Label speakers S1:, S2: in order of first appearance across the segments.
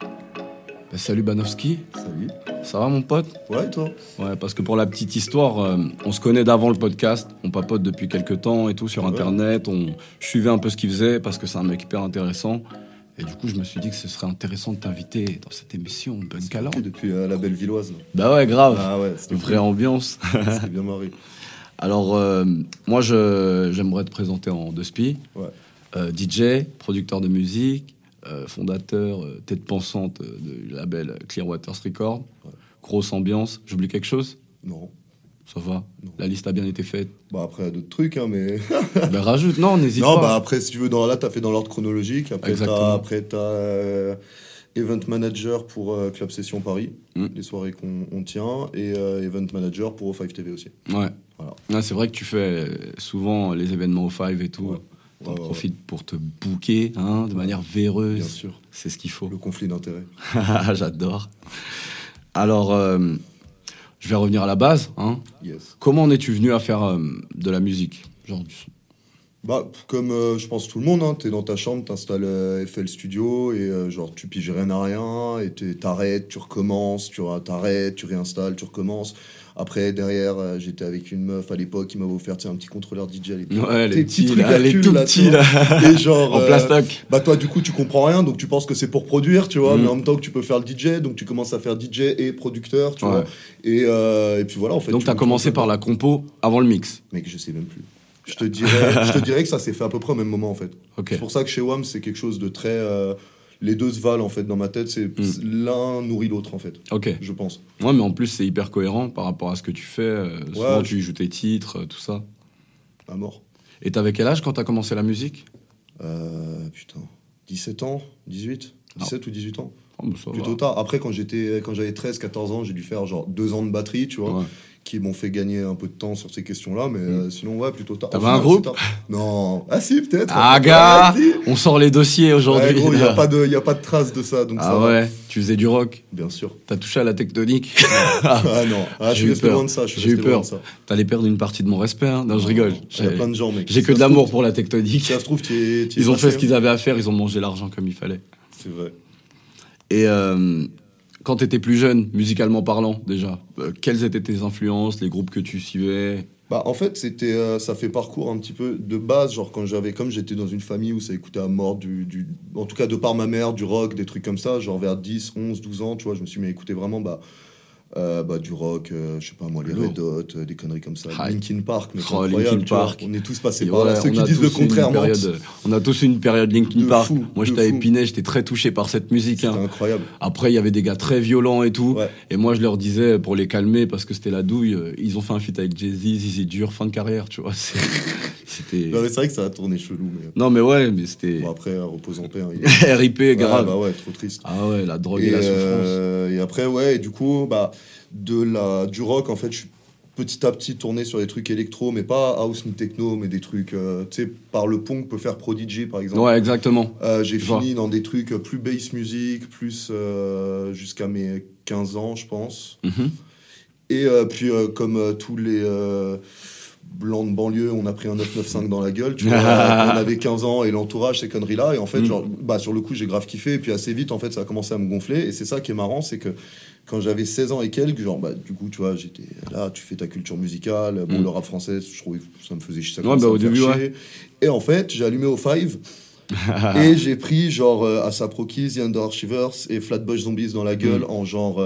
S1: Bah, Salut Banowski,
S2: Salut.
S1: ça va mon pote
S2: Ouais, et toi
S1: Ouais, parce que pour la petite histoire, euh, on se connaît d'avant le podcast, on papote depuis quelques temps et tout sur
S2: Ouais.
S1: internet, on je suivais un peu ce qu'il faisait parce que c'est un mec hyper intéressant. Et du coup, je me suis dit que ce serait intéressant de t'inviter dans cette émission Bonne Calan.
S2: Depuis- Depuis euh, la belle villoise. là.
S1: Bah ouais, grave,
S2: Ah ouais, c'était
S1: vraie ambiance.
S2: C'était bien marré.
S1: Alors, euh, moi, je- j'aimerais te présenter en deux spies.
S2: Ouais.
S1: Euh, DJ, producteur de musique, euh, fondateur, euh, tête pensante euh, du label Clearwaters Record.
S2: Ouais.
S1: Grosse ambiance. J'oublie quelque chose
S2: Non.
S1: Ça va.
S2: Non.
S1: La liste a bien été faite.
S2: Bah après, d'autres trucs, hein, mais.
S1: ben rajoute, non, n'hésite
S2: non, bah
S1: pas.
S2: après, si tu veux, dans, là, t'as fait dans l'ordre chronologique. Après,
S1: Exactement.
S2: t'as, après, t'as, euh, Event Manager pour euh, Club Session Paris,
S1: Mm.
S2: les soirées qu'on on tient, et euh, Event Manager pour O5 TV aussi.
S1: Ouais.
S2: bah, Voilà.
S1: Ouais, c'est vrai que tu fais euh, souvent les événements au Five et tout.
S2: Ouais.
S1: T'en
S2: Ouais, ouais,
S1: profites pour te bouquer hein, de manière
S2: Bien
S1: véreuse.
S2: sûr.
S1: C'est ce qu'il faut.
S2: Le conflit d'intérêts.
S1: J'adore. Alors, euh, je vais revenir à la base. Hein.
S2: Yes.
S1: Comment en es-tu venu à faire euh, de la musique Genre du son.
S2: Bah, p- comme euh, je pense tout le monde, hein, t'es dans ta chambre, t'installes euh, FL Studio et euh, genre tu piges rien à rien et t'es- t'arrêtes, tu recommences, tu ra- t'arrêtes, tu réinstalles, tu recommences. Après, derrière, euh, j'étais avec une meuf à l'époque qui m'avait offert tiens, un petit contrôleur DJ à l'époque.
S1: Ouais,
S2: Tes
S1: les
S2: petits
S1: petits,
S2: trucs
S1: là,
S2: à
S1: les
S2: cul,
S1: tout
S2: là,
S1: petits,
S2: tu
S1: là,
S2: Et genre,
S1: en
S2: euh,
S1: plastoc.
S2: bah toi du coup tu comprends rien donc tu penses que c'est pour produire tu vois
S1: Mm.
S2: mais en même temps que tu peux faire le DJ donc tu commences à faire DJ et producteur tu
S1: Ouais.
S2: vois et, euh, et puis voilà en fait
S1: Donc,
S2: tu-
S1: t'as
S2: tu-
S1: commencé par la compo avant le mix.
S2: mec je sais même plus je te dirais je te dirais que ça s'est fait à peu près au même moment en fait
S1: Ok.
S2: c'est pour ça que chez WAM, c'est quelque chose de très. euh, les deux se valent en fait dans ma tête. C'est
S1: Mm.
S2: l'un nourrit l'autre en fait,
S1: Ok.
S2: je pense.
S1: Ouais, mais en plus, c'est hyper cohérent par rapport à ce que tu fais. euh, souvent,
S2: Ouais.
S1: tu joues tes titres, euh, tout ça.
S2: À mort.
S1: Et t'avais quel âge quand t'as commencé la musique
S2: Euh, putain. 17 ans 18
S1: Non.
S2: 17 ou 18 ans
S1: Oh, bah, ça va.
S2: Plutôt tard. Après, quand j'étais, quand j'avais 13, 14 ans, j'ai dû faire genre deux ans de batterie, tu vois,
S1: Ouais.
S2: qui m'ont fait gagner un peu de temps sur ces questions-là, mais euh, sinon, ouais, plutôt tard.
S1: T'avais
S2: Au final,
S1: un groupe
S2: c'est tard. Non. Ah, si, peut-être.
S1: Ah,
S2: Ouais,
S1: gars
S2: si.
S1: On sort les dossiers
S2: Ouais,
S1: aujourd'hui.
S2: gros, il n'y a, pas de- y a pas de trace de ça, donc ça
S1: ah
S2: va.
S1: ouais, tu faisais du rock,
S2: Bien sûr.
S1: t'as touché à la tectonique.
S2: Ah non, ah, je
S1: J'ai eu
S2: suis resté
S1: peur.
S2: loin de ça. je suis
S1: J'ai eu
S2: resté loin
S1: peur.
S2: de ça.
S1: T'allais perdre une partie de mon respect. hein. Non, je rigole.
S2: Il y a
S1: J'ai-
S2: plein de gens, mec.
S1: J'ai que
S2: Ça
S1: de
S2: se trouve,
S1: l'amour pour la tectonique.
S2: Ça se trouve, tu es. t'y es
S1: Ils ont fait
S2: passé,
S1: ce qu'ils avaient à faire, ils ont mangé l'argent comme il fallait.
S2: hein. C'est vrai.
S1: Et euh, quand t'étais plus jeune, musicalement parlant déjà, euh, quelles étaient tes influences, les groupes que tu suivais
S2: Bah, en fait, c'était, euh, ça fait parcours un petit peu de base. Genre, quand j'avais. Comme j'étais dans une famille où ça écoutait à mort du, du- En tout cas, de par ma mère, du rock, des trucs comme ça. Genre, vers 10, 11, 12 ans, tu vois, je me suis mis à écouter vraiment. Bah, euh, bah, du rock, euh, je sais pas moi, les
S1: Lourd.
S2: Red Hot, euh, des conneries comme ça.
S1: Hype.
S2: Linkin Park, mais c'est
S1: Oh,
S2: incroyable,
S1: Linkin
S2: tu vois.
S1: Park.
S2: On est tous passés
S1: Et
S2: par là.
S1: ouais,
S2: Ceux
S1: on
S2: qui
S1: a
S2: disent
S1: tous
S2: le
S1: eu une
S2: contraire, mentent.
S1: période- On a tous eu une période Linkin
S2: De
S1: Park.
S2: fou,
S1: Moi,
S2: de
S1: j'étais à
S2: fou.
S1: Épinay, j'étais très touché par cette musique.
S2: C'était
S1: hein.
S2: incroyable.
S1: Après, il y avait des gars très violents et tout.
S2: Ouais.
S1: Et moi, je leur disais, pour les calmer, parce que c'était la douille, euh, ils ont fait un feat avec Jay-Z, Zizi Dur, fin de carrière, tu vois. c'est- C'était...
S2: Non, mais c'est vrai que ça a tourné chelou, mais. euh,
S1: Non, mais ouais, mais c'était...
S2: Bon, après, euh, repose en paix. hein, il-
S1: RIP,
S2: Ouais,
S1: grave.
S2: bah ouais, trop triste.
S1: Ah ouais, la drogue et,
S2: Et,
S1: la souffrance.
S2: euh, et après, ouais, et du coup, bah, de la, du rock, en fait, je suis petit à petit tourné sur des trucs électro, mais pas house ni techno, mais des trucs, euh, tu sais, par le pont que peut faire Prodigy, par exemple.
S1: Ouais, exactement.
S2: Euh, j'ai
S1: Je vois.
S2: fini dans des trucs plus bass music, plus euh, jusqu'à mes 15 ans, je pense.
S1: Mhm.
S2: Et euh, puis, euh, comme euh, tous les euh, blancs de banlieue, on a pris un 995 dans la gueule, tu vois. on avait 15 ans et l'entourage, ces conneries-là. Et en fait,
S1: Mm.
S2: genre, bah, sur le coup, j'ai grave kiffé. Et puis, assez vite, en fait, ça a commencé à me gonfler. Et c'est ça qui est marrant, c'est que quand j'avais 16 ans et quelques, genre, bah, du coup, tu vois, j'étais là, tu fais ta culture musicale. Bon,
S1: Mm.
S2: le rap français, je trouvais que ça me faisait chier. ça
S1: Ouais,
S2: commençait
S1: bah,
S2: à
S1: au
S2: me faire
S1: début, ouais.
S2: chier. Et en fait, j'ai allumé au Five.
S1: Ah.
S2: et j'ai pris genre euh, Asap Rocky, The Under Shivers et Flatbush Zombies dans la gueule en genre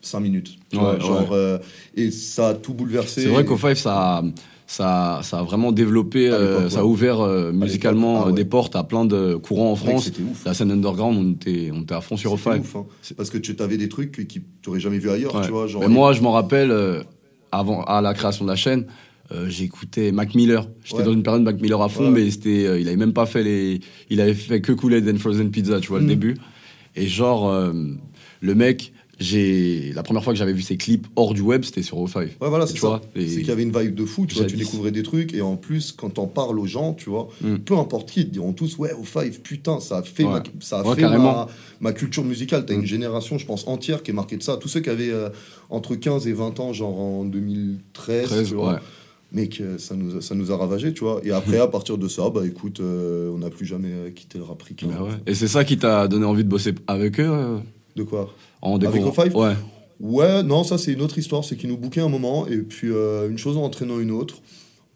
S2: 5 minutes. Tu
S1: Mm. Ouais,
S2: vois,
S1: ouais.
S2: genre, euh, et ça a tout bouleversé.
S1: C'est vrai qu'au Five, ça, ça, ça a vraiment développé,
S2: À l'époque,
S1: euh, ça a
S2: ouais.
S1: ouvert euh, musicalement
S2: ah
S1: euh,
S2: ouais.
S1: des portes à plein de courants en
S2: Mec,
S1: France.
S2: c'était ouf.
S1: La scène underground, on était, on était à fond sur au
S2: C'était
S1: Five.
S2: ouf, hein.
S1: C'est-
S2: Parce que tu avais des trucs que- qui tu aurais jamais vu ailleurs,
S1: Ouais.
S2: tu vois. Genre,
S1: Mais moi, je m'en rappelle, euh, avant, à la création de la chaîne, euh, j'écoutais Mac Miller. J'étais
S2: Ouais.
S1: dans une période Mac Miller à fond,
S2: Ouais.
S1: mais c'était, euh, il avait même pas fait les, il avait fait que Kool-Aid and Frozen Pizza, tu vois, le
S2: Mm.
S1: début. Et genre, euh, le mec, j'ai, la première fois que j'avais vu ses clips hors du web, c'était sur O5.
S2: Ouais, voilà,
S1: Tu
S2: c'est
S1: vois,
S2: ça.
S1: et-
S2: C'est qu'il y avait une vibe de fou, tu vois, tu
S1: Jadis.
S2: découvrais des trucs, et en plus, quand t'en parles aux gens, tu vois,
S1: Mm.
S2: peu importe qui, ils te diront tous, ouais, au Five, putain, ça a fait,
S1: Ouais.
S2: ma, ça a
S1: Ouais,
S2: fait
S1: carrément. Mm.
S2: ma, ma culture musicale. T'as une génération, je pense, entière qui est marquée de ça. Tous ceux qui avaient euh, entre 15 et 20 ans, genre en 2013,
S1: 13,
S2: tu
S1: ouais.
S2: vois, mec, euh, ça nous, a- ça nous a ravagé, tu vois. Et après, à partir de ça, bah écoute, euh, on n'a plus jamais euh, quitté le rap ricain.
S1: Bah ouais. Et c'est ça qui t'a donné envie de bosser avec eux euh,
S2: De quoi
S1: En
S2: Avec
S1: découvrant-
S2: O5
S1: Ouais.
S2: Ouais, non, ça c'est une autre histoire, c'est qu'ils nous bouquaient un moment, et puis euh, une chose en entraînant une autre.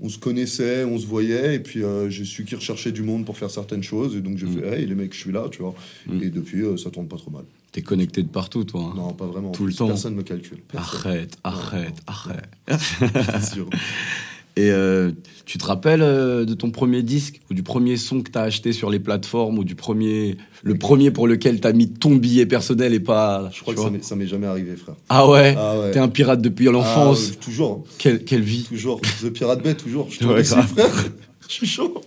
S2: On se connaissait, on se voyait, et puis euh, j'ai su qu'ils recherchaient du monde pour faire certaines choses, et donc j'ai
S1: Mm.
S2: fait, hey les mecs, je suis là, tu vois.
S1: Mm.
S2: Et depuis, euh, ça tourne pas trop mal.
S1: T'es connecté de partout, toi. hein.
S2: Non, pas vraiment.
S1: Tout le temps.
S2: Personne me calcule. Personne,
S1: Arrête,
S2: Non,
S1: arrête,
S2: non.
S1: arrête.
S2: c'est sûr.
S1: Et euh, tu te rappelles euh, de ton premier disque ou du premier son que t'as acheté sur les plateformes ou du premier, le premier pour lequel t'as mis ton billet personnel et pas.
S2: Je crois
S1: tu
S2: que ça
S1: vois.
S2: m'est- ça m'est jamais arrivé, frère.
S1: Ah ouais.
S2: Ah ouais.
S1: T'es un pirate depuis l'enfance.
S2: Ah, euh, toujours, hein.
S1: Quelle, quelle vie.
S2: toujours. The Pirate Bay, toujours. Je te
S1: Ouais,
S2: remercie,
S1: grave.
S2: frère. Je suis chaud.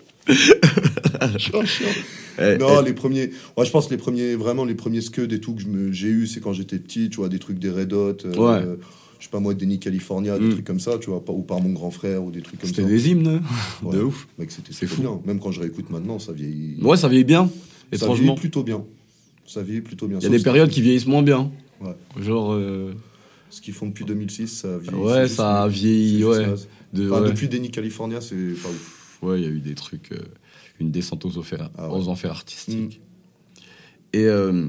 S2: Je suis chaud, chaud.
S1: Eh,
S2: Non, les premiers. Ouais, je pense les premiers, vraiment les premiers scuds et tout que je me- j'ai eu, c'est quand j'étais petit, tu vois, des trucs des Red Hot. euh,
S1: Ouais.
S2: euh, je sais pas moi, Denis California,
S1: Mm.
S2: des trucs comme ça, tu vois, pas- ou par mon grand frère, ou des trucs comme ça.
S1: C'était des hymnes.
S2: Ouais.
S1: De ouf.
S2: Mec, c'était
S1: C'est
S2: c'est
S1: fou.
S2: bien. Même quand je réécoute maintenant, ça vieillit.
S1: Ouais, ça vieillit bien,
S2: ça vieillit
S1: étrangement.
S2: plutôt bien. Ça vieillit plutôt bien.
S1: Il y a
S2: Sauf
S1: des
S2: ce-
S1: périodes qui vieillissent moins bien.
S2: Ouais.
S1: Genre, euh,
S2: Ce qu'ils font depuis 2006, ça vieillit.
S1: Ouais,
S2: c'est juste-
S1: ça a
S2: c'est
S1: vieilli,
S2: juste
S1: ouais.
S2: naze.
S1: de,
S2: Enfin,
S1: ouais.
S2: Depuis Denis California, c'est pas ouf.
S1: Ouais, il y a eu des trucs, euh, une descente aux enfers,
S2: Ah ouais.
S1: aux enfers artistiques. Et euh,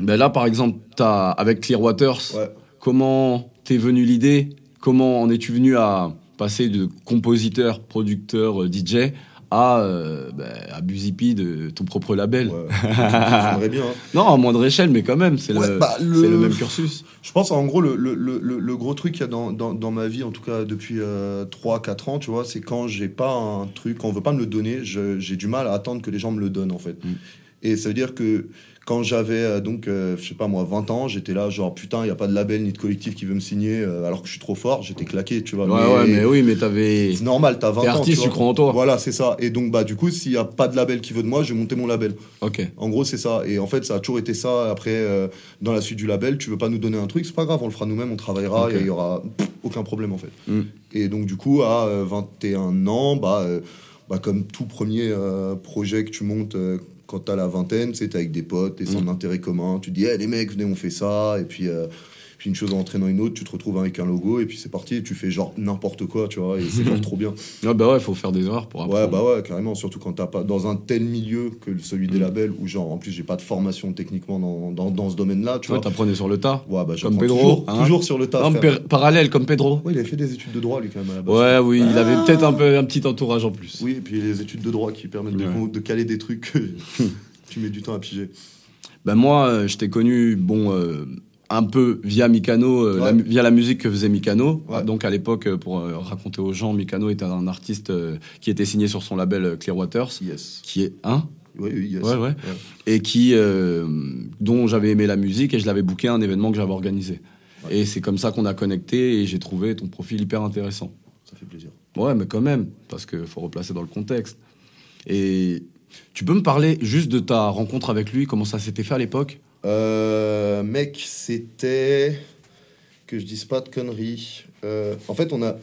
S1: ben là, par exemple, as, avec Clearwaters,
S2: Ouais.
S1: comment t'es venu l'idée Comment en es-tu venu à passer de compositeur, producteur, euh, DJ à, euh, ben, à Buzipi de ton propre label
S2: Ouais. J'aimerais bien. hein.
S1: Non, à moindre échelle, mais quand même, c'est
S2: Ouais,
S1: le,
S2: bah, le-
S1: c'est le même cursus.
S2: Je pense en gros le, le, le, le- le gros truc qu'il y a dans, dans, dans ma vie, en tout cas depuis 3-4 ans, tu vois, c'est quand j'ai pas un truc, quand on veut pas me le donner, je- j'ai du mal à attendre que les gens me le donnent en fait.
S1: Mm.
S2: Et ça veut dire que quand j'avais euh, donc, euh, je sais pas moi, 20 ans, j'étais là genre putain, il n'y a pas de label ni de collectif qui veut me signer euh, alors que je suis trop fort, j'étais claqué, tu vois.
S1: Ouais, ouais, mais oui, mais t'avais.
S2: C'est normal, t'as 20
S1: T'es
S2: ans.
S1: artiste,
S2: vois.
S1: tu crois en toi.
S2: Voilà, c'est ça. Et donc, bah, du coup, s'il n'y a pas de label qui veut de moi, je vais monter mon label.
S1: Ok.
S2: En gros, c'est ça. Et en fait, ça a toujours été ça. Après, euh, dans la suite du label, tu veux pas nous donner un truc, c'est pas grave, on le fera nous-mêmes, on travaillera
S1: Ok.
S2: et il y aura pff, aucun problème en fait.
S1: Mm.
S2: Et donc, du coup, à euh, 21 ans, bah, euh, bah, comme tout premier euh, projet que tu montes euh, quand t'as la vingtaine, c'est avec des potes, t'es sans
S1: Mm.
S2: intérêt commun, tu dis, Eh, les mecs, venez, on fait ça. Et puis. euh, puis une chose en entraînant une autre, tu te retrouves avec un logo et puis c'est parti, et tu fais genre n'importe quoi, tu vois, et c'est genre trop bien.
S1: Ah bah ouais, faut faire des erreurs pour apprendre.
S2: Ouais, bah ouais, carrément, surtout quand t'as pas dans un tel milieu que celui des
S1: Mm.
S2: labels, où genre, en plus, j'ai pas de formation techniquement dans, dans, dans ce domaine-là, tu
S1: Tu vois,
S2: vois.
S1: t'apprenais sur le tas.
S2: Ouais, bah, j'apprends
S1: Pedro,
S2: toujours,
S1: hein.
S2: toujours sur le tas.
S1: Non,
S2: frère.
S1: par- parallèle, comme Pedro.
S2: Ouais, il avait fait des études de droit, lui, quand même, à la base.
S1: Ouais, oui, il avait
S2: Ah.
S1: peut-être un peu un petit entourage en plus.
S2: Oui, et puis les études de droit qui permettent de,
S1: Ouais. Hmm.
S2: con- de caler des trucs que tu mets du temps à piger.
S1: Ben moi, euh, je t'ai connu, bon, euh, un peu via Mikano, euh, la
S2: Ouais.
S1: mu- via la musique que faisait Mikano.
S2: Ouais.
S1: Donc à l'époque, euh, pour euh, raconter aux gens, Mikano était un artiste euh, qui était signé sur son label euh, Clearwaters,
S2: Yes.
S1: qui est un
S2: Oui, oui, yes.
S1: Ouais, ouais. et qui euh, dont j'avais aimé la musique et je l'avais booké à un événement que j'avais organisé.
S2: Ouais.
S1: Et c'est comme ça qu'on a connecté et j'ai trouvé ton profil hyper intéressant.
S2: Ça fait plaisir.
S1: Ouais, mais quand même, parce qu'il faut replacer dans le contexte. Et tu peux me parler juste de ta rencontre avec lui, comment ça s'était fait à l'époque
S2: Euh, mec, c'était. Que je dise pas de conneries. Euh, en fait, on a.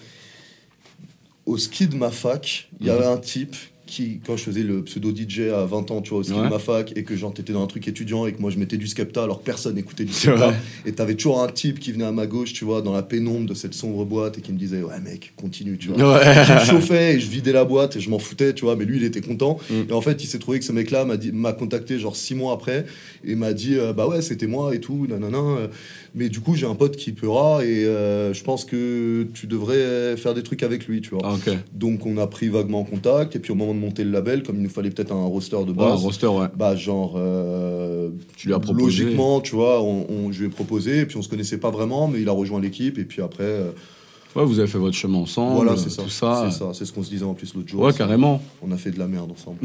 S2: Au ski de ma fac, il y
S1: Mhm.
S2: avait un type qui, quand je faisais le pseudo DJ à 20 ans, tu vois, au ski
S1: Ouais.
S2: de ma fac, et que genre t'étais dans un truc étudiant et que moi je mettais du Skepta alors personne n'écoutait du Skepta.
S1: vrai.
S2: Et t'avais toujours un type qui venait à ma gauche, tu vois, dans la pénombre de cette sombre boîte et qui me disait, ouais, mec, continue, tu vois je me chauffais et je vidais la boîte et je m'en foutais, tu vois, mais lui il était content.
S1: Mm.
S2: Et en fait, il s'est trouvé que ce mec-là m'a dit- m'a contacté genre six mois après et m'a dit euh, bah ouais, c'était moi et tout, nanana. euh. Mais du coup, j'ai un pote qui pleura et euh, je pense que tu devrais euh, faire des trucs avec lui, tu vois.
S1: Ah, ok.
S2: Donc on a pris vaguement contact et puis au moment de monter le label, comme il nous fallait peut-être un roster de
S1: Ouais, un
S2: base.
S1: roster, ouais.
S2: bah genre euh,
S1: Tu lui as proposé.
S2: logiquement tu vois on, on- je lui ai proposé et puis on se connaissait pas vraiment mais il a rejoint l'équipe et puis après euh,
S1: Ouais, vous avez fait votre chemin ensemble, euh,
S2: voilà c'est ça
S1: Ah, tout ça.
S2: c'est ça c'est ce qu'on se disait en plus l'autre jour
S1: Ouais,
S2: c'est-
S1: carrément.
S2: on a fait de la merde ensemble.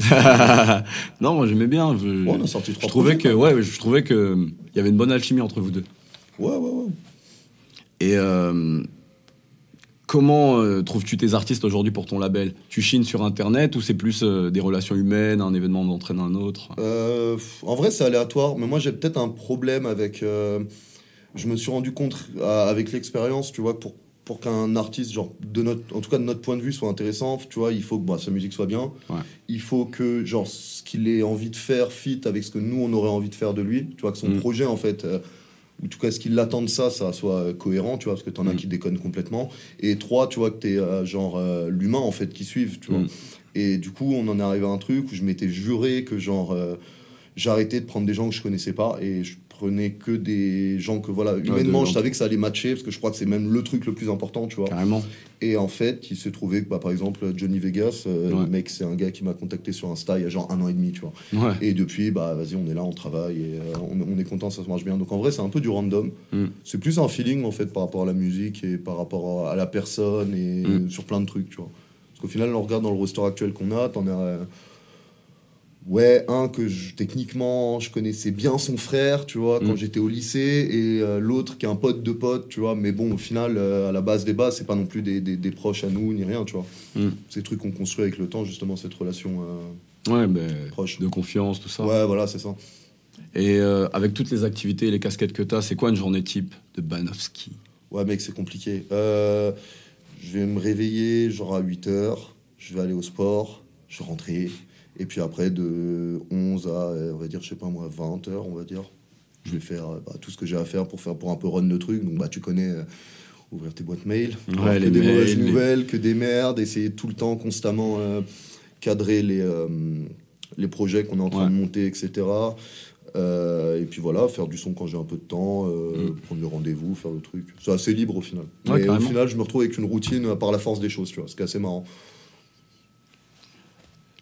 S1: non, moi j'aimais bien. Je,
S2: Ouais, on a sorti
S1: je
S2: trois
S1: trouvais que,
S2: projets,
S1: ouais, je trouvais que euh, il y avait une bonne alchimie entre vous deux.
S2: quoi. Ouais, ouais, ouais.
S1: Et euh, comment euh, trouves-tu tes artistes aujourd'hui pour ton label Tu chines sur Internet ou c'est plus euh, des relations humaines, un événement entraîne un autre
S2: Euh, pff, en vrai, c'est aléatoire, mais moi j'ai peut-être un problème avec. euh, je me suis rendu compte à- avec l'expérience, tu vois, pour, pour qu'un artiste, genre, de notre, en tout cas de notre point de vue, soit intéressant, tu vois, il faut que bah, sa musique soit bien.
S1: Ouais.
S2: Il faut que, genre, ce qu'il ait envie de faire fit avec ce que nous on aurait envie de faire de lui, tu vois, que son
S1: Mm.
S2: projet en fait. euh, ou en tout cas, ce qu'il attend de ça, ça soit euh, cohérent, tu vois, parce que t'en as
S1: Mm.
S2: qui déconnent complètement. Et trois, tu vois, que t'es euh, genre euh, l'humain, en fait, qui suivent, tu vois.
S1: Mm.
S2: Et du coup, on en est arrivé à un truc où je m'étais juré que, genre, euh, j'arrêtais de prendre des gens que je connaissais pas et je prenais que des gens que,
S1: Ah,
S2: voilà, humainement, je savais que ça allait matcher, parce que je crois que c'est même le truc le plus important, tu vois.
S1: Carrément.
S2: Et en fait, il s'est trouvé que, bah, par exemple, Johnny Vegas, euh,
S1: Ouais.
S2: le mec, c'est un gars qui m'a contacté sur Insta il y a genre un an et demi, tu vois.
S1: Ouais.
S2: Et depuis, bah, vas-y, on est là, on travaille, et euh, on, on est content, ça se marche bien. Donc en vrai, c'est un peu du random.
S1: Mm.
S2: C'est plus un feeling, en fait, par rapport à la musique et par rapport à, à la personne et
S1: Mm.
S2: sur plein de trucs, tu vois. Parce qu'au final, on regarde dans le roster actuel qu'on a, t'en as. euh, Ouais, un que je- techniquement je connaissais bien son frère, tu vois, quand
S1: Mm.
S2: j'étais au lycée, et euh, l'autre qui est un pote de pote, tu vois, mais bon, au final, euh, à la base des bases, c'est pas non plus des, des- des proches à nous ni rien, tu vois.
S1: Mm.
S2: Ces trucs qu'on construit avec le temps, justement, cette relation euh,
S1: Ouais, ben,
S2: proche.
S1: de confiance, tout ça.
S2: Ouais, voilà, c'est ça.
S1: Et euh, avec toutes les activités et les casquettes que t'as, c'est quoi une journée type de Banowski
S2: Ouais, mec, c'est compliqué. Euh, je vais me réveiller genre à 8 h je vais aller au sport, je vais rentrer. Et puis après, de 11 à, euh, on va dire, je sais pas moi, 20 h on va dire, je vais faire euh, bah, tout ce que j'ai à faire pour faire pour un peu run le truc. Donc, bah, tu connais. euh, Ouvrir tes boîtes mail,
S1: Ouais,
S2: voir que
S1: les
S2: des
S1: mails,
S2: mauvaises
S1: les-
S2: nouvelles, que des merdes, essayer tout le temps constamment euh, cadrer les, euh, les projets qu'on est en train
S1: Ouais.
S2: de monter, etc. Euh, et puis voilà, faire du son quand j'ai un peu de temps, euh, prendre le rendez-vous, faire le truc. C'est assez libre au final.
S1: Mm. Ouais,
S2: Mais au
S1: carrément.
S2: final, je me retrouve avec une routine euh, par la force des choses, tu vois, ce qui est assez marrant.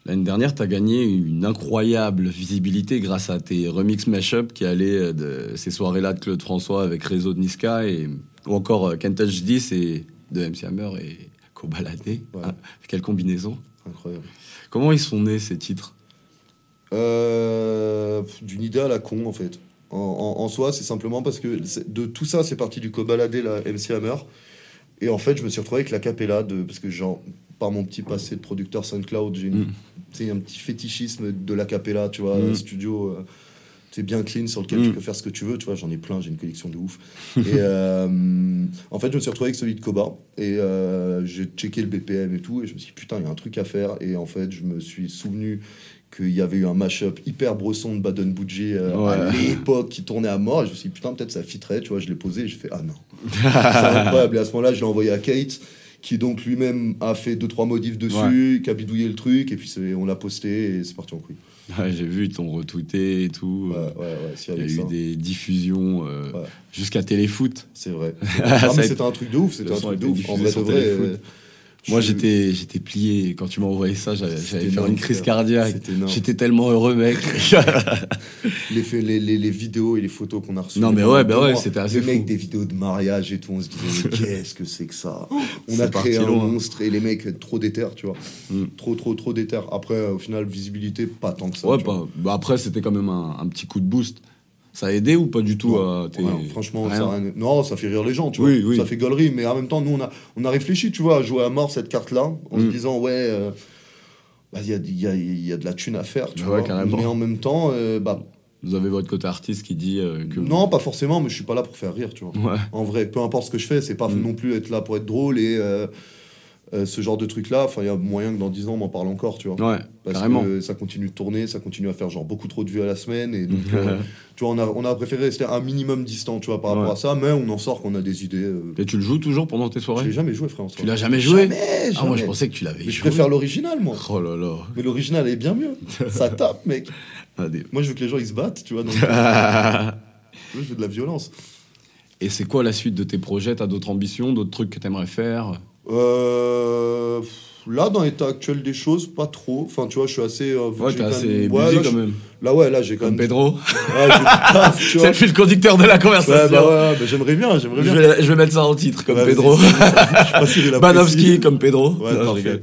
S1: L'année dernière, t'as gagné une incroyable visibilité grâce à tes remix mashup qui allaient euh, de ces soirées-là de Claude François avec Réseau de Niska et, ou encore euh, Can't Touch This et, de MC Hammer et Cobaladé.
S2: Ouais.
S1: Ah, quelle combinaison
S2: Incroyable.
S1: Comment ils sont nés ces titres
S2: Euh, pff, D'une idée à la con, en fait. En, en- en soi, c'est simplement parce que c'est- de tout ça, c'est parti du cobaladé, la MC Hammer. Et en fait, je me suis retrouvé avec la capella, de, parce que genre, par mon petit passé de producteur SoundCloud, j'ai une-
S1: Mm.
S2: tu sais, un petit fétichisme de la capella, tu vois,
S1: Mm.
S2: studio. euh, c'est bien clean sur lequel
S1: Mm.
S2: tu peux faire ce que tu veux, tu vois, j'en ai plein, j'ai une collection de ouf. et euh, en fait, je me suis retrouvé avec celui de Koba et euh, j'ai checké le BPM et tout, et je me suis dit putain, il y a un truc à faire. Et en fait, je me suis souvenu qu'il y avait eu un mashup hyper bresson de Baden Budgie à
S1: Ouais.
S2: l'époque qui tournait à mort. Et je me suis dit putain, peut-être ça fitterait, tu vois, je l'ai posé et j'ai fait ah non, c'est incroyable. Et à ce moment-là, je l'ai envoyé à Kate qui donc lui-même a fait deux trois modifs dessus, qui a bidouillé le truc et puis c'est- on l'a posté et c'est parti en couille.
S1: Ouais, J'ai vu, ils t'ont retweeté et tout.
S2: Ouais, ouais, ouais, si
S1: Il y a
S2: avec
S1: eu
S2: ça.
S1: des diffusions euh,
S2: Ouais.
S1: jusqu'à Téléfoot.
S2: C'est vrai.
S1: Ça
S2: Ah,
S1: a
S2: mais
S1: été-
S2: c'était un truc de ouf, c'était
S1: Le
S2: un
S1: son a
S2: truc de
S1: été
S2: ouf. En
S1: diffusé
S2: vrai, de
S1: sur
S2: vrai.
S1: Téléfoot.
S2: euh,
S1: Moi,
S2: je-
S1: j'étais, j'étais plié. Quand tu m'as envoyé ça, j'avais,
S2: C'était
S1: j'avais fait
S2: énorme,
S1: une crise
S2: frère.
S1: cardiaque.
S2: C'était énorme.
S1: J'étais tellement heureux, mec.
S2: les, fait- les, les, les vidéos et les photos qu'on a reçues.
S1: Non, mais
S2: pendant
S1: ouais,
S2: deux
S1: bah ouais,
S2: mois.
S1: c'était assez
S2: Le mec,
S1: fou.
S2: des vidéos de mariage et tout, on se disait, mais qu'est-ce que c'est que ça On
S1: C'est
S2: a
S1: parti
S2: créé un
S1: loin.
S2: monstre et les mecs, trop déter, tu vois.
S1: Mm.
S2: Trop, trop, trop déter. Après, euh, au final, visibilité, pas tant que ça.
S1: ouais,
S2: tu vois.
S1: pas- bah après, c'était quand même un, un petit coup de boost. Ça a aidé ou pas du tout
S2: Non,
S1: à tes-
S2: ouais, franchement,
S1: Rien.
S2: ça, rien- non, ça fait rire les gens, tu
S1: Oui,
S2: vois.
S1: oui.
S2: Ça fait gaulerie, mais en même temps, nous, on a, on a réfléchi, tu vois, à jouer à mort cette carte-là, en se
S1: Mm.
S2: disant, ouais, euh, bah, il y, a, il y, a, il y a de la thune à faire, tu
S1: Bah Ouais,
S2: vois.
S1: carrément.
S2: Mais en même temps, euh, bah,
S1: Vous avez votre côté artiste qui dit euh, que.
S2: non, pas forcément, mais je suis pas là pour faire rire, tu vois.
S1: Ouais.
S2: En vrai, peu importe ce que je fais, c'est pas
S1: Mm.
S2: non plus être là pour être drôle et euh, euh, ce genre de truc-là. Enfin, il y a moyen que dans 10 ans, on m'en parle encore, tu vois.
S1: Ouais,
S2: Parce
S1: carrément.
S2: que ça continue de tourner, ça continue à faire genre beaucoup trop de vues à la semaine. Et donc, euh, tu vois, on a, on a préféré rester un minimum distant, tu vois, par rapport
S1: Ouais.
S2: à ça. Mais on en sort qu'on a des idées. euh,
S1: Et tu le joues toujours pendant tes
S2: Je l'ai
S1: soirées
S2: jamais joué, frère. en soi.
S1: Tu l'as jamais joué
S2: Jamais,
S1: Ah, moi,
S2: jamais.
S1: je pensais que tu l'avais
S2: Mais je
S1: joué.
S2: préfère l'original, moi.
S1: Oh là là.
S2: Mais l'original est bien mieux. Ça tape, mec.
S1: Ah, des-
S2: Moi, je veux que les gens ils se battent, tu vois. Donc, moi, je veux de la violence.
S1: Et c'est quoi la suite de tes projets T'as d'autres ambitions, d'autres trucs que t'aimerais faire
S2: Euh, là, dans l'état actuel des choses, pas trop. Enfin, tu vois, je suis assez. euh, vu que
S1: Ouais,
S2: j'ai
S1: t'es
S2: quand
S1: assez
S2: même- Ouais,
S1: busy
S2: là,
S1: quand
S2: je-
S1: même.
S2: Là, ouais, là, j'ai quand
S1: Comme
S2: même.
S1: Pedro.
S2: Ah, j'ai du taf, tu vois.
S1: C'est le fil conducteur de la
S2: Ouais,
S1: conversation.
S2: bah ouais, ouais, bah, j'aimerais bien, j'aimerais
S1: Je
S2: bien.
S1: vais, je vais mettre ça en titre, comme
S2: Ouais,
S1: Pedro.
S2: vas-y, Je sais pas si j'ai la
S1: Banowski,
S2: précise.
S1: comme Pedro.
S2: Ouais,
S1: Non, je
S2: parfait.
S1: rigole.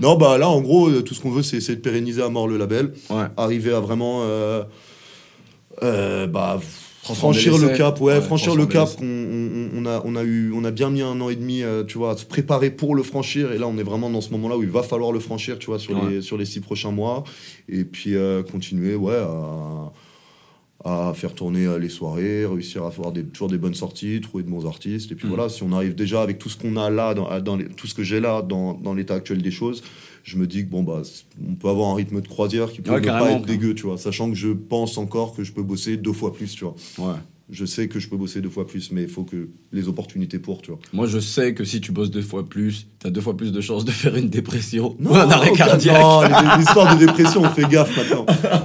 S2: Non, bah là, en gros, euh, tout ce qu'on veut, c'est c'est de pérenniser à mort le label.
S1: Ouais.
S2: Arriver à vraiment. euh, euh, bah,
S1: Transformer
S2: franchir le
S1: l'essai.
S2: cap, ouais,
S1: Ouais,
S2: franchir le cap.
S1: transformer
S2: qu'on on, on- on a, on, a eu, on a bien mis un an et demi, euh, tu vois, à se préparer pour le franchir. Et là, on est vraiment dans ce moment-là où il va falloir le franchir, tu vois, sur,
S1: Ouais.
S2: les, sur les six prochains mois. Et puis, euh, continuer, ouais, à à faire tourner euh, les soirées, réussir à avoir des, toujours des bonnes sorties, trouver de bons artistes. Et puis
S1: Mm.
S2: voilà, si on arrive déjà avec tout ce qu'on a là, dans, dans les- tout ce que j'ai là, dans, dans l'état actuel des choses, je me dis que bon, bah, c'est- on peut avoir un rythme de croisière qui peut
S1: Ouais,
S2: ne pas
S1: carrément,
S2: être dégueu, tu vois. Sachant que je pense encore que je peux bosser deux fois plus, tu vois.
S1: Ouais.
S2: je sais que je peux bosser deux fois plus, mais il faut que les opportunités pour, tu vois.
S1: Moi, je sais que si tu bosses deux fois plus, t'as deux fois plus de chances de faire une dépression ou un arrêt cardiaque.
S2: Non, les- les histoires de dépression, on fait gaffe maintenant.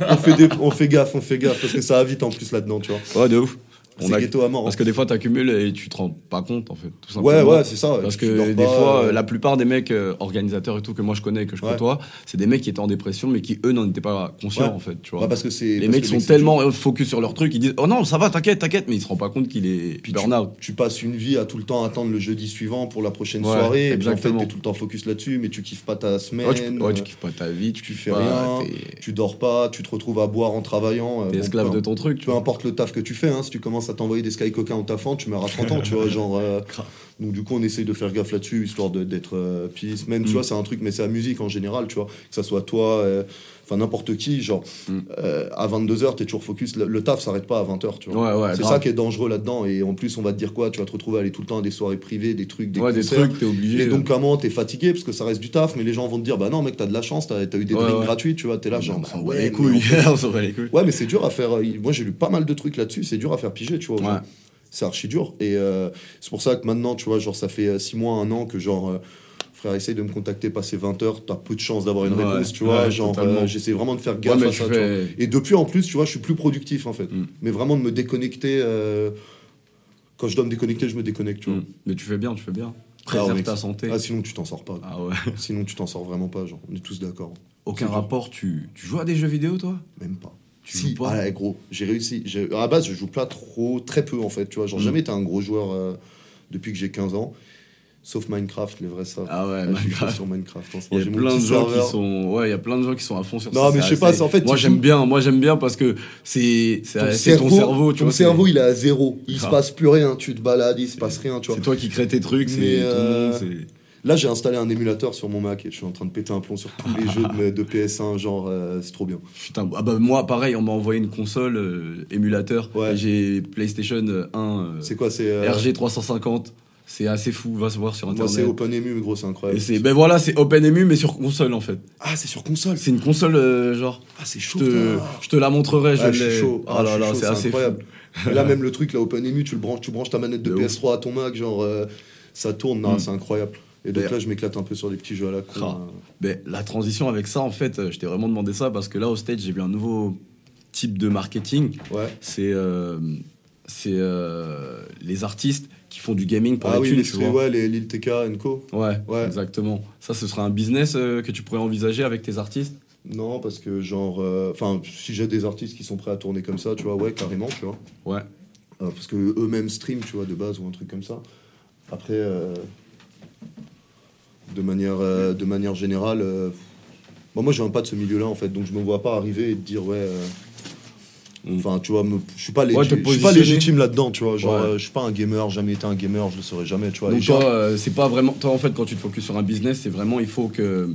S2: On fait, des- on fait gaffe, on fait gaffe, parce que ça va vite en plus là-dedans, tu vois.
S1: Ouais, de ouf. On
S2: C'est
S1: a-
S2: ghetto à mort. hein.
S1: Parce que des fois, t'accumules et tu te rends pas compte, en fait, tout
S2: Ouais,
S1: simplement.
S2: ouais, c'est ça. ouais.
S1: euh, Parce
S2: Tu dors
S1: que des
S2: pas,
S1: fois,
S2: euh,
S1: euh, la plupart des mecs euh, organisateurs et tout que moi je connais et que je
S2: Ouais.
S1: côtoie, c'est des mecs qui étaient en dépression mais qui eux n'en étaient pas conscients
S2: Ouais.
S1: en fait. Tu vois.
S2: ouais, parce que c'est.
S1: les
S2: parce
S1: mecs
S2: que
S1: sont
S2: dès que c'est
S1: tellement euh, focus sur leur truc, ils disent oh non ça va t'inquiète t'inquiète mais ils se rendent pas compte qu'il est
S2: Puis
S1: burn out.
S2: tu passes une vie à tout le temps attendre le jeudi suivant pour la prochaine
S1: Ouais,
S2: soirée. Et puis en fait,
S1: exactement.
S2: t'es tout le temps focus là-dessus, mais tu kiffes pas ta semaine.
S1: Ouais, tu, ouais, tu
S2: euh,
S1: kiffes pas ta vie, tu,
S2: tu
S1: kiffes
S2: fais
S1: pas,
S2: rien,
S1: t'es-
S2: tu dors pas, tu te retrouves à boire en travaillant. euh,
S1: t'es
S2: bon,
S1: esclave
S2: peu-
S1: de ton truc. Tu
S2: Peu
S1: vois.
S2: importe le taf que tu fais, hein, si tu commences à t'envoyer des sky coquins en taffant, tu meurs à 30 ans, tu vois. Genre, euh,
S1: Grave.
S2: donc du coup, on essaye de faire gaffe là-dessus, histoire de- d'être euh, peace. Même,
S1: Mm.
S2: tu vois, c'est un truc, mais c'est la musique en général, tu vois. Que ça soit toi, euh, enfin n'importe qui, genre,
S1: Mm.
S2: euh, à 22h, t'es toujours focus. Le, le taf s'arrête pas à 20h, tu vois.
S1: Ouais, ouais,
S2: c'est
S1: Ah, grave.
S2: ça qui est dangereux là-dedans. Et en plus, on va te dire quoi Tu vas te retrouver à aller tout le temps à des soirées privées, des trucs, des
S1: ouais, des
S2: concerts.
S1: trucs, t'es obligé. euh.
S2: Et donc, comment t'es fatigué parce que ça reste du taf, mais les gens vont te dire Bah non, mec, t'as de la chance, t'as t'as eu des
S1: Ouais,
S2: drinks
S1: ouais.
S2: gratuits, tu vois, t'es là, genre,
S1: on
S2: bah
S1: s'en bat
S2: ouais,
S1: les
S2: mais
S1: couilles.
S2: en fait,
S1: on s'en bat les couilles.
S2: Ouais, mais c'est dur à faire. euh, Moi, j'ai lu pas mal de trucs là-dessus. C'est dur à faire piger, tu vois.
S1: Ouais.
S2: genre. C'est archi dur. Et euh, c'est pour ça que maintenant, tu vois, genre, ça fait euh, six mois, un an que, genre, euh, frère, essaye de me contacter passé 20 heures. T'as peu de chances d'avoir une
S1: Ouais,
S2: réponse, tu
S1: ouais,
S2: vois. genre,
S1: totalement.
S2: euh, j'essaie vraiment de faire
S1: Ouais,
S2: gaffe
S1: mais
S2: à
S1: tu
S2: ça, tu vois.
S1: fais.
S2: Et depuis, en plus, tu vois, je suis plus productif, en fait.
S1: Mm.
S2: Mais vraiment de me déconnecter. euh, Quand je dois me déconnecter, je me déconnecte, tu vois.
S1: Mm. Mais tu fais bien, tu fais bien.
S2: Hmm. Ah,
S1: Préserve
S2: ouais,
S1: ta santé.
S2: Ah, sinon, tu t'en sors pas.
S1: Ah ouais.
S2: Sinon, tu t'en sors vraiment pas, genre. On est tous d'accord.
S1: Aucun
S2: C'est dur.
S1: rapport, tu, tu joues à des jeux vidéo toi
S2: Même pas.
S1: Tu
S2: si,
S1: joues pas
S2: ah, gros, j'ai réussi. J'ai- À la base, je joue pas trop, très peu en fait. Tu vois, genre,
S1: Mm.
S2: jamais été un gros joueur euh, depuis que j'ai 15 ans. Sauf Minecraft, les vrais ça.
S1: Ah ouais,
S2: Ah, je suis chaud
S1: Minecraft.
S2: sur Minecraft en ce
S1: Il
S2: moment.
S1: y a
S2: J'ai mon
S1: plein de
S2: petit
S1: gens
S2: serveur.
S1: qui sont, ouais, il y a plein de gens qui sont à fond sur
S2: Non,
S1: ça. c'est
S2: mais je sais pas,
S1: assez-
S2: c'est en fait,
S1: Moi,
S2: tu
S1: j'aime
S2: joues-
S1: bien, moi, j'aime bien parce que c'est, c'est,
S2: Ton
S1: c'est
S2: cerveau,
S1: ton cerveau, tu
S2: ton
S1: vois. c'est-
S2: cerveau, il est à zéro. Il se
S1: Grave.
S2: passe plus rien. Tu te balades, il se passe rien. Tu vois.
S1: C'est toi qui crée tes trucs,
S2: Mais,
S1: c'est
S2: euh,
S1: tout le monde,
S2: Là, j'ai installé un émulateur sur mon Mac et je suis en train de péter un plomb sur tous les jeux de, de PS1. Genre, euh, c'est trop bien.
S1: c'est. Putain, ah bah, moi, pareil, on m'a envoyé une console euh, émulateur.
S2: Ouais.
S1: Et J'ai PlayStation 1 euh,
S2: C'est quoi C'est euh,
S1: RG350. C'est assez fou, va se voir sur
S2: Moi, c'est
S1: internet.
S2: OpenEMU, mais gros, c'est incroyable.
S1: et c'est, ben voilà, c'est OpenEMU, mais sur console en fait.
S2: Ah, c'est sur console.
S1: C'est une console, euh, genre,
S2: Ah, c'est
S1: je
S2: chaud.
S1: te,
S2: putain.
S1: je te la montrerai, je
S2: Ah, je
S1: l'ai.
S2: suis chaud.
S1: Ah là là, c'est assez fou.
S2: incroyable. Et là, même le truc, là, OpenEMU, tu le branches, tu branches ta manette de,
S1: De ouf.
S2: PS3 à ton Mac, genre, euh, ça tourne, non,
S1: Mm.
S2: c'est incroyable. Et donc
S1: D'ailleurs-
S2: là, je m'éclate un peu sur des petits jeux à la con.
S1: Ah.
S2: euh.
S1: Ben, la transition avec ça, en fait, euh, je t'ai vraiment demandé ça parce que là, au stage, j'ai vu un nouveau type de marketing.
S2: Ouais.
S1: C'est euh, c'est, euh, les artistes qui font du gaming pour
S2: Ah
S1: les
S2: oui,
S1: thunes,
S2: les,
S1: tu vois.
S2: ouais, les Lil TK and Co.
S1: Ouais,
S2: Ouais.
S1: exactement. Ça, ce serait un business euh, que tu pourrais envisager avec tes artistes.
S2: Non, parce que, genre, euh, enfin, si j'ai des artistes qui sont prêts à tourner comme ça, tu vois, ouais, carrément, tu vois.
S1: Ouais.
S2: Euh, parce que eux-mêmes stream, tu vois, de base, ou un truc comme ça. Après, euh, de, manière, euh, de manière générale, euh, bon, moi, je viens pas de ce milieu-là, en fait, donc je me vois pas arriver et te dire, ouais. euh,
S1: Mm.
S2: Enfin, tu vois, me- je suis pas, légi-
S1: Ouais, te
S2: je suis pas
S1: positionner.
S2: légitime là-dedans, tu vois. Genre,
S1: Ouais.
S2: euh, je suis pas un gamer, jamais été un gamer, je le serai jamais, tu vois. Et
S1: Donc,
S2: genre-
S1: toi, euh, c'est pas vraiment. Toi, en fait, quand tu te focuses sur un business, c'est vraiment. Il faut que.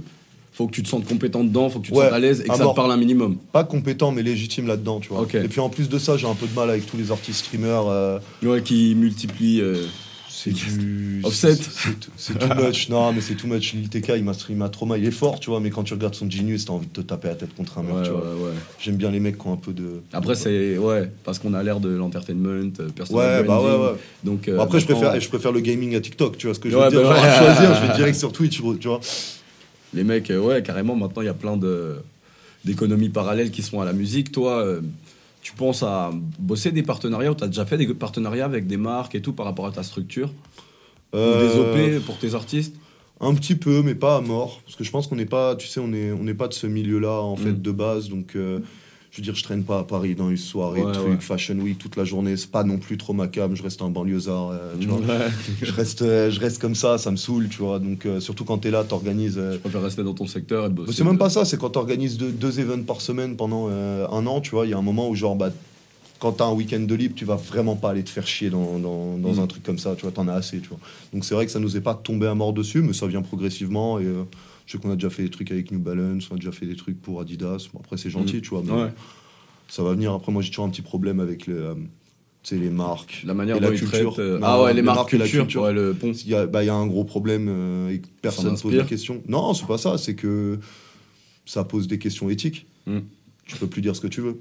S1: Faut que tu te sentes compétent dedans, faut que tu te
S2: Ouais,
S1: sentes à l'aise et que
S2: à
S1: ça
S2: mort.
S1: te parle un minimum.
S2: pas compétent, mais légitime là-dedans, tu vois.
S1: Ok.
S2: Et puis en plus de ça, j'ai un peu de mal avec tous les artistes streamers. euh,
S1: Ouais, qui multiplie. euh,
S2: c'est du.
S1: Offset.
S2: c'est- c'est tout- C'est too much, non, mais c'est too much. Lil TK, il m'a il m'a trauma, il est fort, tu vois, mais quand tu regardes son Genius, t'as envie de te taper la tête contre un mur,
S1: ouais,
S2: tu vois.
S1: ouais, Ah ouais.
S2: J'aime bien les mecs qui ont un peu de.
S1: Après, c'est. Ouais, parce qu'on a l'air de l'entertainment, euh, personal
S2: Ouais, bah ouais,
S1: branding.
S2: ouais.
S1: Donc,
S2: Bon,
S1: euh,
S2: après, je
S1: maintenant,
S2: préfère, je préfère le gaming à TikTok, tu vois ce que je
S1: Ouais,
S2: veux dire.
S1: bah
S2: genre,
S1: ouais.
S2: à choisir, je vais direct sur Twitch, gros, tu vois.
S1: Les mecs, euh, ouais, carrément, maintenant, il y a plein de- d'économies parallèles qui sont à la musique. Toi, euh, tu penses à bosser des partenariats ou tu as déjà fait des partenariats avec des marques et tout par rapport à ta structure Ou
S2: Euh,
S1: des OP pour tes artistes
S2: Un petit peu, mais pas à mort. Parce que je pense qu'on n'est pas, tu sais, on n'est on n'est pas de ce milieu-là, en fait,
S1: Mm.
S2: de base. Donc, euh, je veux dire, je traîne pas à Paris dans une soirée,
S1: Ouais,
S2: truc,
S1: ouais.
S2: fashion week toute la journée. C'est pas non plus trop ma cam. Je reste un banlieusard, euh, tu vois.
S1: Ouais.
S2: je, reste, euh, je reste comme ça, ça me saoule, tu vois. Donc, euh, surtout quand t'es là, t'organises. euh,
S1: Tu préfères rester dans ton secteur et
S2: mais
S1: bosser
S2: C'est même pas ça, c'est quand t'organises deux, deux events par semaine pendant euh, un an, tu vois, il y a un moment où genre, bah, quand t'as un week-end de libre, tu vas vraiment pas aller te faire chier dans, dans- dans
S1: Mm.
S2: un truc comme ça, tu vois, t'en as assez, tu vois. Donc c'est vrai que ça nous est pas tombé à mort dessus, mais ça vient progressivement et... euh, je sais qu'on a déjà fait des trucs avec New Balance, on a déjà fait des trucs pour Adidas. Bon, après, c'est gentil, tu vois, mais
S1: Mm. Ouais.
S2: ça va venir. Après, moi, j'ai toujours un petit problème avec le, euh, tu sais, les marques.
S1: La manière
S2: et
S1: dont
S2: la
S1: ils
S2: culture.
S1: traitent, euh,
S2: Non,
S1: Ah ouais, les, marques,
S2: et la
S1: culture,
S2: culture.
S1: ouais, le euh, pont.
S2: Il y, a- bah, il y a un gros problème euh, et que personne ne pose la
S1: inspire.
S2: question. Non, c'est pas ça, c'est que ça pose des questions éthiques.
S1: Mm.
S2: Tu peux plus dire ce que tu veux.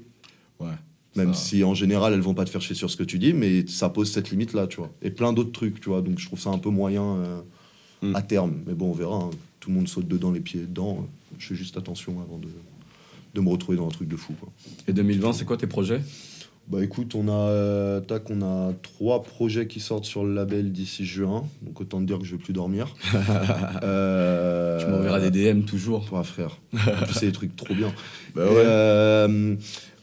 S1: Ouais.
S2: Même si en général, elles vont pas te faire chier sur ce que tu dis, mais ça pose cette limite-là, tu vois. Et plein d'autres trucs, tu vois. Donc je trouve ça un peu moyen euh,
S1: Mm.
S2: à terme. Mais bon, on verra. hein. Tout le monde saute dedans, les pieds dedans. Je fais juste attention avant de, de me retrouver dans un truc de fou, quoi.
S1: Et 2020, c'est quoi tes projets
S2: Bah écoute, on a, euh, tac, on a trois projets qui sortent sur le label d'ici juin. Donc autant te dire que je vais plus dormir. Euh,
S1: Tu m'enverras des DM toujours.
S2: Toi, frère. En plus, c'est des trucs trop bien.
S1: Bah
S2: Et, euh,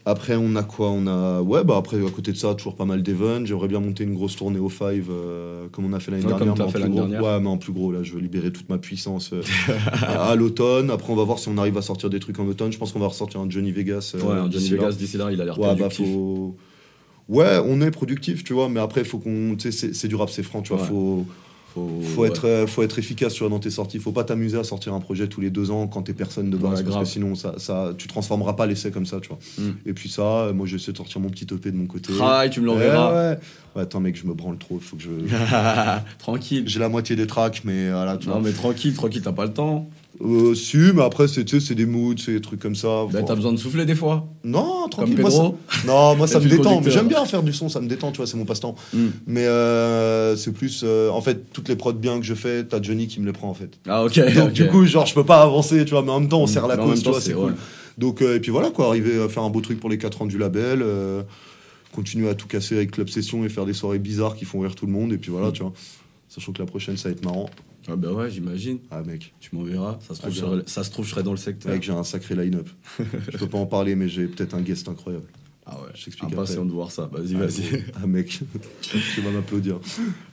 S2: après, on a quoi On a. Ouais, bah après, à côté de ça, toujours pas mal d'events. J'aimerais bien monter une grosse tournée au Five, euh, comme on a fait l'année
S1: Ouais, comme
S2: dernière.
S1: t'as
S2: mais en
S1: fait
S2: plus
S1: l'année
S2: gros.
S1: dernière.
S2: Ouais, mais en plus gros, là, je veux libérer toute ma puissance euh, à, à l'automne. Après, on va voir si on arrive à sortir des trucs en automne. Je pense qu'on va ressortir un Johnny Vegas. euh,
S1: Ouais, un Johnny
S2: d'ici là.
S1: Vegas d'ici là, il a l'air
S2: Ouais, bah,
S1: productif.
S2: faut- Ouais, on est productif, tu vois, mais après, faut qu'on. tu sais, C'est c'est du rap, c'est franc, tu vois.
S1: Ouais.
S2: Faut,
S1: Faut,
S2: faut,
S1: ouais.
S2: être, euh, faut être efficace tu vois, dans tes sorties. Faut pas t'amuser à sortir un projet tous les deux ans quand t'es personne de
S1: Ouais,
S2: base. parce
S1: grave.
S2: que sinon, ça, ça, tu transformeras pas l'essai comme ça. Tu vois.
S1: Mm. Ah,
S2: Et puis ça, euh, moi, j'essaie de sortir mon petit EP de mon côté.
S1: Travaille, tu me
S2: Ouais,
S1: l'enverras.
S2: ouais. Ouais, attends, mec, je me branle trop. Faut que je.
S1: tranquille.
S2: J'ai la moitié des tracks, mais euh, voilà, tu
S1: Non,
S2: vois.
S1: mais tranquille, tranquille, t'as pas le temps.
S2: Euh, si, mais après, c'est tu sais, c'est des moods, c'est des trucs comme ça.
S1: Bah,
S2: Faut-
S1: t'as besoin de souffler des fois.
S2: Non,
S1: Comme
S2: tranquille. moi, ça-
S1: Pedro.
S2: Non, moi
S1: Et
S2: ça me
S1: puis le
S2: détend.
S1: conducteur.
S2: J'aime bien faire du son, ça me détend, tu vois, c'est mon passe-temps.
S1: Mm.
S2: Mais euh, c'est plus. euh, en fait, toutes les prods bien que je fais, t'as Johnny qui me les prend en fait.
S1: Ah, ok.
S2: Donc
S1: ok.
S2: du coup, genre, je peux pas avancer, tu vois, mais en même temps, on sert la
S1: Mais en
S2: cause,
S1: même
S2: tu
S1: temps,
S2: vois,
S1: c'est-
S2: c'est cool.
S1: ouais.
S2: Donc, euh, et puis voilà, quoi, arriver à faire un beau truc pour les 4 ans du label, euh, continuer à tout casser avec Club Session et faire des soirées bizarres qui font rire tout le monde, et puis voilà, tu vois. Sachant que la prochaine, ça va être marrant.
S1: Ah, bah ouais, j'imagine.
S2: Ah, mec,
S1: Tu m'enverras. Ça se trouve,
S2: Ah,
S1: je
S2: bien.
S1: serai- ça se trouve, je serai dans le secteur.
S2: mec j'ai un sacré line-up. je peux pas en parler, mais j'ai peut-être un guest incroyable.
S1: Ah ouais,
S2: Je t'explique
S1: Impatient
S2: après.
S1: de voir ça. Vas-y, vas-y.
S2: Ah, mec, tu vas m'applaudir.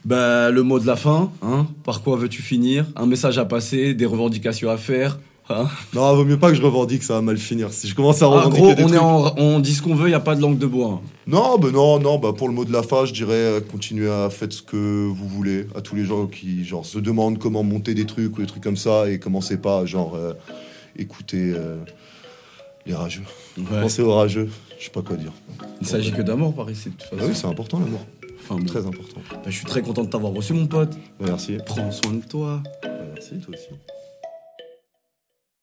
S1: Bah, le mot de la fin, hein Par quoi veux-tu finir Un message à passer, des revendications à faire hein
S2: Non, vaut mieux pas que je revendique, ça va mal finir. Si je commence à
S1: Ah,
S2: revendiquer
S1: gros,
S2: des
S1: on, est
S2: trucs-
S1: en, on dit ce qu'on veut, y a pas de langue de bois. hein.
S2: Non, bah non, non, bah pour le mot de la fin, je dirais euh, continuez à faire ce que vous voulez, à tous les gens qui genre se demandent comment monter des trucs ou des trucs comme ça et commencez pas à, genre euh, écouter euh, les rageux. Pensez aux rageux, je sais pas quoi dire.
S1: Il s'agit que d'amour par ici, de toute
S2: Ah
S1: façon.
S2: oui, c'est important l'amour,
S1: Enfin, bon.
S2: très important.
S1: Bah, je suis très content de t'avoir reçu, mon pote.
S2: Bah, merci.
S1: Prends soin de toi.
S2: Bah, merci toi aussi.